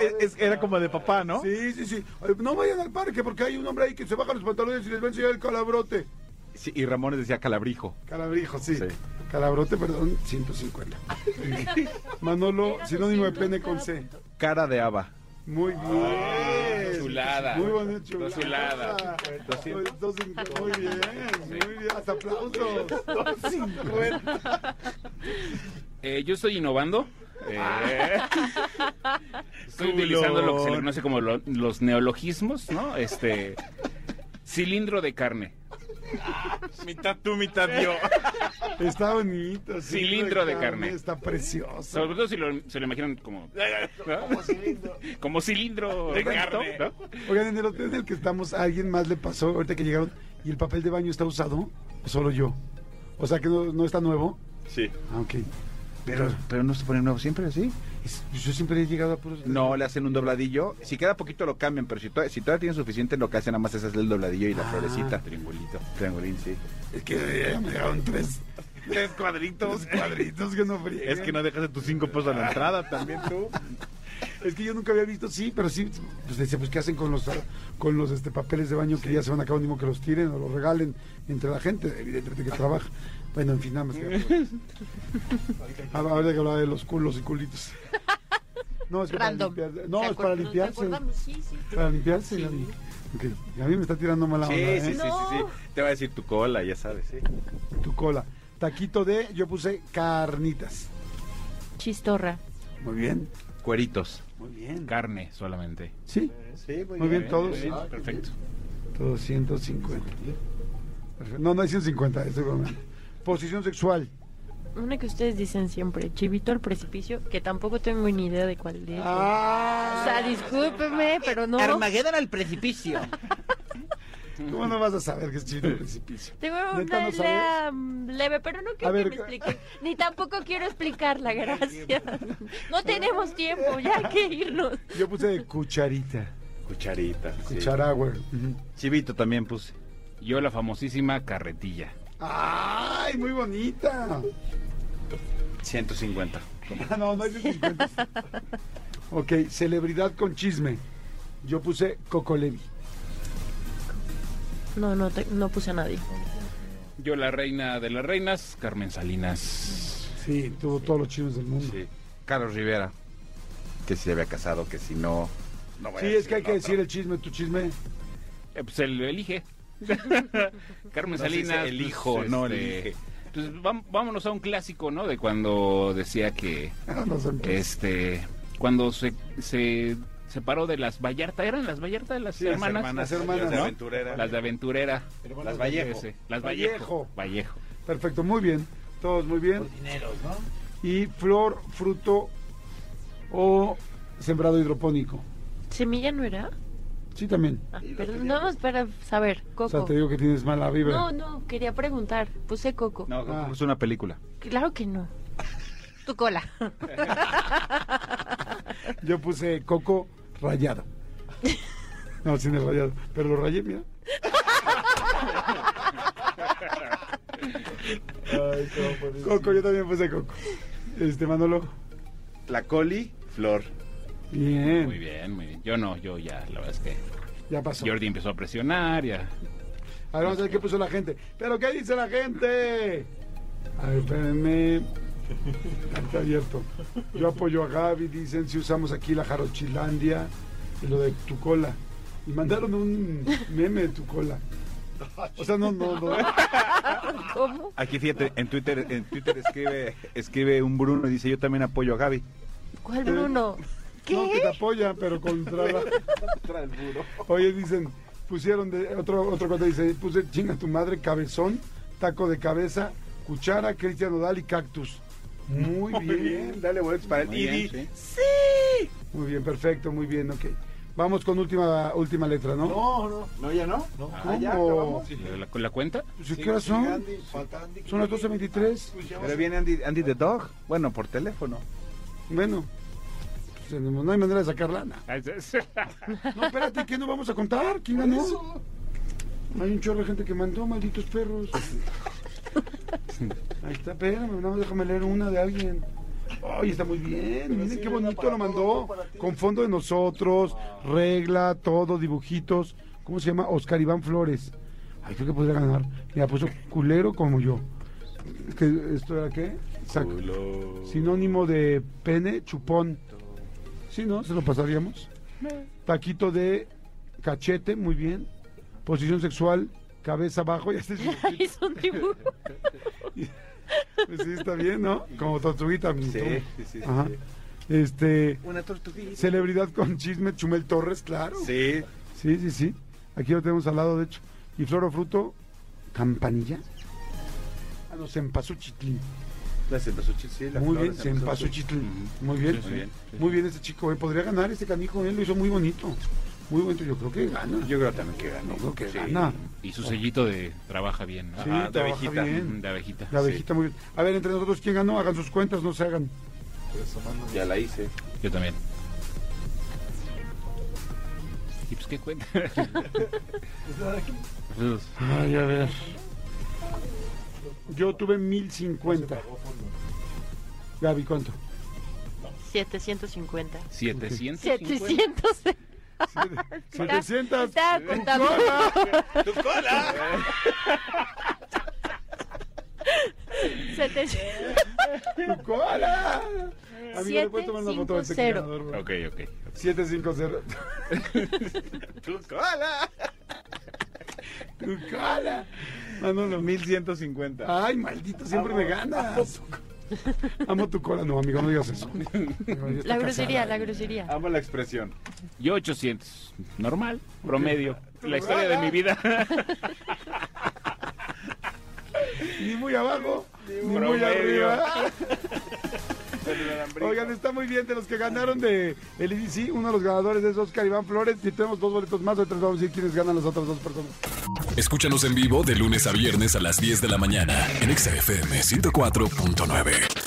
[SPEAKER 4] Es- es- era como de papá, ¿no?
[SPEAKER 2] Sí, sí, sí. Ay, No vayan al parque porque hay un hombre ahí que se baja los pantalones y les va a enseñar el calabrote.
[SPEAKER 4] Sí, y Ramones decía calabrijo.
[SPEAKER 2] Calabrijo, sí.
[SPEAKER 4] Sí.
[SPEAKER 2] Calabrote, perdón, [LAUGHS] 150. Manolo, sinónimo de pene con C.
[SPEAKER 4] Cara de haba.
[SPEAKER 2] Muy bien.
[SPEAKER 5] Ah, Chulada.
[SPEAKER 2] Muy bonito, chulada.
[SPEAKER 5] Chulada.
[SPEAKER 2] 250. Muy bien, muy bien. Hasta aplausos. 250.
[SPEAKER 5] Eh, yo estoy innovando.
[SPEAKER 2] Ah.
[SPEAKER 5] Eh, estoy
[SPEAKER 4] Culón.
[SPEAKER 5] utilizando lo que se le conoce como lo- los neologismos, ¿no? Este. Cilindro de carne.
[SPEAKER 4] Mitad tú, mitad yo.
[SPEAKER 2] Está bonito.
[SPEAKER 5] Cilindro de carne.
[SPEAKER 2] Está precioso.
[SPEAKER 5] Sobre todo si lo- se lo
[SPEAKER 2] [LAUGHS]
[SPEAKER 5] imaginan como. Como cilindro. Como cilindro de carne. ¿no?
[SPEAKER 2] Oigan, en el hotel en el que estamos, ¿a alguien más le pasó ahorita que llegaron? ¿Y el papel de baño está usado? ¿O solo yo? O sea que no, no está nuevo.
[SPEAKER 4] Sí.
[SPEAKER 2] Ah, ok.
[SPEAKER 4] Pero, pero no se pone nuevo siempre, ¿sí?
[SPEAKER 2] Es- yo siempre he llegado a puros.
[SPEAKER 4] No, le hacen un dobladillo. Si queda poquito lo cambian, pero si, to- si todavía tienen suficiente, lo que hacen nada más es hacer el dobladillo y la
[SPEAKER 2] Ah.
[SPEAKER 4] florecita. Triangulito. Triangulín, sí.
[SPEAKER 2] Es que eh, me dejaron tres. Tres cuadritos. cuadritos que no frieguen.
[SPEAKER 6] Es que no dejas de tus cinco pesos a la entrada también tú.
[SPEAKER 2] Es que yo nunca había visto, sí, pero sí, pues decía, pues ¿qué hacen con los con los este papeles de baño que ya se van a cabo, ni modo que los tiren o los regalen entre la gente, evidentemente
[SPEAKER 4] Ah.
[SPEAKER 2] que trabaja? Bueno, en fin, nada más.
[SPEAKER 4] [LAUGHS]
[SPEAKER 2] que- Ahora ahora que hablaba de los culos y culitos. No, es que
[SPEAKER 3] Random.
[SPEAKER 2] para limpiar- No,
[SPEAKER 3] ¿Se
[SPEAKER 2] es para
[SPEAKER 3] acuerdan? ¿Nos
[SPEAKER 2] limpiarse.
[SPEAKER 3] acordamos? Sí, sí.
[SPEAKER 2] Para limpiarse.
[SPEAKER 3] Sí.
[SPEAKER 2] Gaby. Ok, A mí me está tirando mala
[SPEAKER 4] Sí,
[SPEAKER 2] onda. ¿eh?
[SPEAKER 4] sí, sí, sí, sí. Te va a decir tu cola, ya sabes, sí.
[SPEAKER 2] Tu cola. Taquito de, yo puse carnitas.
[SPEAKER 3] Chistorra.
[SPEAKER 2] Muy bien.
[SPEAKER 4] Cueritos.
[SPEAKER 2] Muy bien.
[SPEAKER 5] Carne solamente.
[SPEAKER 2] Sí,
[SPEAKER 6] Sí,
[SPEAKER 2] muy bien todos.
[SPEAKER 5] Ah, Perfecto.
[SPEAKER 2] Todos 150. Perfecto. No, no hay 150, estoy bromeando. Posición sexual.
[SPEAKER 3] Una que ustedes dicen siempre, chivito al precipicio, que tampoco tengo ni idea de cuál es.
[SPEAKER 2] Ah.
[SPEAKER 3] O sea, discúlpeme, pero no.
[SPEAKER 8] Armageddon al precipicio.
[SPEAKER 2] ¿Cómo no vas a saber que es chiste al precipicio?
[SPEAKER 3] Tengo
[SPEAKER 2] Neta,
[SPEAKER 3] una
[SPEAKER 2] ¿no sabes?
[SPEAKER 3] idea mm, leve, pero no
[SPEAKER 2] A
[SPEAKER 3] quiero
[SPEAKER 2] ver,
[SPEAKER 3] que me explique. Ni tampoco
[SPEAKER 2] [LAUGHS]
[SPEAKER 3] quiero explicarla, gracias. No tenemos tiempo, ya hay que irnos.
[SPEAKER 2] Yo puse de cucharita.
[SPEAKER 4] Cucharita.
[SPEAKER 2] Cucharagua. Ujú.
[SPEAKER 4] Chivito también puse.
[SPEAKER 5] Yo la famosísima carretilla.
[SPEAKER 2] ¡Ay, muy bonita!
[SPEAKER 4] 150.
[SPEAKER 2] Ah, no, no hay 150. ok, celebridad con chisme. Yo puse Coco Levi.
[SPEAKER 3] No, no, te- no puse a nadie.
[SPEAKER 5] Yo la reina de las reinas, Carmen Salinas.
[SPEAKER 2] Sí, tuvo todos los chismes del mundo. Sí,
[SPEAKER 4] Sí. Carlos Rivera. Que si se había casado, que si no. no voy a
[SPEAKER 2] es que hay
[SPEAKER 4] el
[SPEAKER 2] que
[SPEAKER 4] otro.
[SPEAKER 2] decir el chisme, tu chisme. [LAUGHS]
[SPEAKER 5] Eh, pues él elige.
[SPEAKER 4] No,
[SPEAKER 5] Carmen
[SPEAKER 4] sí,
[SPEAKER 5] Salinas.
[SPEAKER 4] sí, el
[SPEAKER 5] pues,
[SPEAKER 4] hijo, no elige.
[SPEAKER 5] Pues vam- vámonos a un clásico, ¿no? De cuando decía que,
[SPEAKER 2] No son chismes.
[SPEAKER 5] este, cuando se, se separó de las Vallarta, ¿eran las Vallarta de las
[SPEAKER 4] Las
[SPEAKER 5] hermanas?
[SPEAKER 2] Las hermanas,
[SPEAKER 4] las de
[SPEAKER 2] ¿no?
[SPEAKER 4] aventurera.
[SPEAKER 5] Las de Aventurera.
[SPEAKER 4] Las Vallejo.
[SPEAKER 5] Ese, Las Vallejo. Vallejo.
[SPEAKER 2] Perfecto, muy bien. Todos muy bien. Y flor, fruto o sembrado hidropónico.
[SPEAKER 3] ¿Semilla no era?
[SPEAKER 2] Sí, también.
[SPEAKER 3] Ah, pero nada más para saber,
[SPEAKER 2] O sea,
[SPEAKER 3] Coco.
[SPEAKER 2] te digo que tienes mala vibra. [LAUGHS]
[SPEAKER 3] No, no, quería preguntar. Puse Coco.
[SPEAKER 4] No,
[SPEAKER 2] Ah.
[SPEAKER 4] es una película.
[SPEAKER 3] Claro que
[SPEAKER 2] [LAUGHS]
[SPEAKER 3] no. Tu cola.
[SPEAKER 2] Yo puse coco
[SPEAKER 3] [LAUGHS]
[SPEAKER 2] rayado. No, sin el rayado. Pero lo rayé, mira. Coco, yo también puse coco. Este, Manolo.
[SPEAKER 4] La coli, flor.
[SPEAKER 2] Bien.
[SPEAKER 5] Muy bien, muy bien. Yo no, yo ya, la verdad es que
[SPEAKER 2] Ya pasó.
[SPEAKER 5] Jordi empezó a presionar, ya.
[SPEAKER 2] A ver, vamos a ver qué puso la gente. ¿Pero qué dice la gente? A ver, espérenme. Está abierto. Yo apoyo a Gaby, dicen si usamos aquí la jarochilandia y lo de tu cola. Y mandaron un meme de tu cola. O sea, no, no, no.
[SPEAKER 3] ¿Cómo?
[SPEAKER 4] Aquí fíjate, en Twitter, en Twitter escribe, [LAUGHS] escribe un Bruno y dice yo también apoyo a Gaby.
[SPEAKER 3] ¿Cuál Bruno?
[SPEAKER 2] Eh, No, que
[SPEAKER 3] ¿Qué?
[SPEAKER 2] te apoyan, pero contra la... Oye, dicen, pusieron de, otro, otro cuate dice, puse chinga tu madre, cabezón, taco de cabeza, cuchara, Cristian Odal y cactus. Muy bien, dale vueltas para
[SPEAKER 5] Muy bien, sí.
[SPEAKER 2] Muy bien, perfecto, muy bien, ok. Vamos con última, última letra, ¿no? Ah.
[SPEAKER 6] No, no, no, ya no. No,
[SPEAKER 2] ¿cómo?
[SPEAKER 6] ya acabamos.
[SPEAKER 5] ¿La, la cuenta?
[SPEAKER 2] Pues, ¿Qué horas son? Son las
[SPEAKER 6] Ah,
[SPEAKER 2] 12.23.
[SPEAKER 6] pues
[SPEAKER 4] Pero viene Andy, Andy the Dog. Bueno, por teléfono.
[SPEAKER 2] Bueno, pues, no hay manera de sacar lana.
[SPEAKER 5] Ah, es- es-
[SPEAKER 2] No, espérate, ¿qué no vamos a contar? ¿Quién ganó? Hay un chorro de gente que mandó, malditos perros. Ahí está, espérame, nada más déjame leer una de alguien. Ay, está muy bien. Miren qué bonito lo mandó. Con fondo de nosotros, regla, todo, dibujitos. ¿Cómo se llama? Oscar Iván Flores. Ay, creo que podría ganar. Mira, puso culero como yo. ¿Qué- ¿Esto era qué? Sac- Sinónimo de pene, chupón. Sí, ¿no? Se lo pasaríamos.
[SPEAKER 3] [LAUGHS]
[SPEAKER 2] Taquito de cachete, muy bien. Posición sexual, cabeza abajo. [LAUGHS] Ya se
[SPEAKER 3] Ay, es un dibujo.
[SPEAKER 2] pues sí, está bien, ¿no? Como tortuguita.
[SPEAKER 6] Sí,
[SPEAKER 2] tú.
[SPEAKER 6] sí, sí.
[SPEAKER 2] Ajá. Este,
[SPEAKER 8] Una tortuguita.
[SPEAKER 2] celebridad con chisme, Chumel Torres, claro. Sí.
[SPEAKER 6] Sí.
[SPEAKER 2] sí, sí, Aquí lo tenemos al lado, de hecho. Y Floro Fruto, Campanilla. Ah, no, Cempasúchitl.
[SPEAKER 6] La cempasúchil, sí. La
[SPEAKER 2] Muy
[SPEAKER 6] flor
[SPEAKER 2] bien,
[SPEAKER 6] de cempasúchil.
[SPEAKER 2] Cempasúchitl. Muy bien.
[SPEAKER 6] muy bien,
[SPEAKER 2] Muy bien ese chico, ¿eh? Podría ganar este canijo, él lo hizo muy bonito. Muy bonito, yo creo que gana. Yo
[SPEAKER 6] Yo creo también que ganó.
[SPEAKER 2] creo que
[SPEAKER 6] Sí.
[SPEAKER 2] gana.
[SPEAKER 5] Y su sellito de trabaja bien. ¿no?
[SPEAKER 2] Sí,
[SPEAKER 6] Ajá, de
[SPEAKER 2] trabaja
[SPEAKER 6] abejita.
[SPEAKER 2] bien.
[SPEAKER 5] De Ah, abejita.
[SPEAKER 2] La abejita muy bien. A ver, entre nosotros, ¿quién ganó? Hagan sus cuentas, no se hagan.
[SPEAKER 6] Ya la hice.
[SPEAKER 5] Sí, yo también. ¿Y pues qué cuenta? [LAUGHS] Pues,
[SPEAKER 2] Ay, a ver. Yo tuve 1050. Gaby, ¿cuánto?
[SPEAKER 3] 750.
[SPEAKER 5] 700.
[SPEAKER 3] 700.
[SPEAKER 2] 700.
[SPEAKER 3] Está contando.
[SPEAKER 6] ¡Tu cola!
[SPEAKER 3] 700.
[SPEAKER 2] ¡Tu cola! Amigo, ¿le puedes tomar una foto de este
[SPEAKER 3] 750.
[SPEAKER 2] ganador, güey?
[SPEAKER 5] Ok, ok.
[SPEAKER 2] 750.
[SPEAKER 6] ¡Tu cola!
[SPEAKER 2] ¡Tu cola! Manolo.
[SPEAKER 4] 1150.
[SPEAKER 2] Ay, maldito, siempre me ganas. Amo tu cola. No, amigo, no digas eso.
[SPEAKER 3] La grosería, la grosería.
[SPEAKER 4] Amo la expresión.
[SPEAKER 5] Yo 800. Normal, promedio. La historia de mi vida.
[SPEAKER 2] Ni muy abajo, ni muy
[SPEAKER 5] promedio.
[SPEAKER 2] arriba. Oigan, está muy bien de los que ganaron de el IDC. Uno de los ganadores es Oscar Iván Flores. Si tenemos dos boletos más, ahorita les vamos a decir quiénes ganan las otras dos personas.
[SPEAKER 1] Escúchanos en vivo de lunes a viernes a las 10 de la mañana en Exa FM 104.9.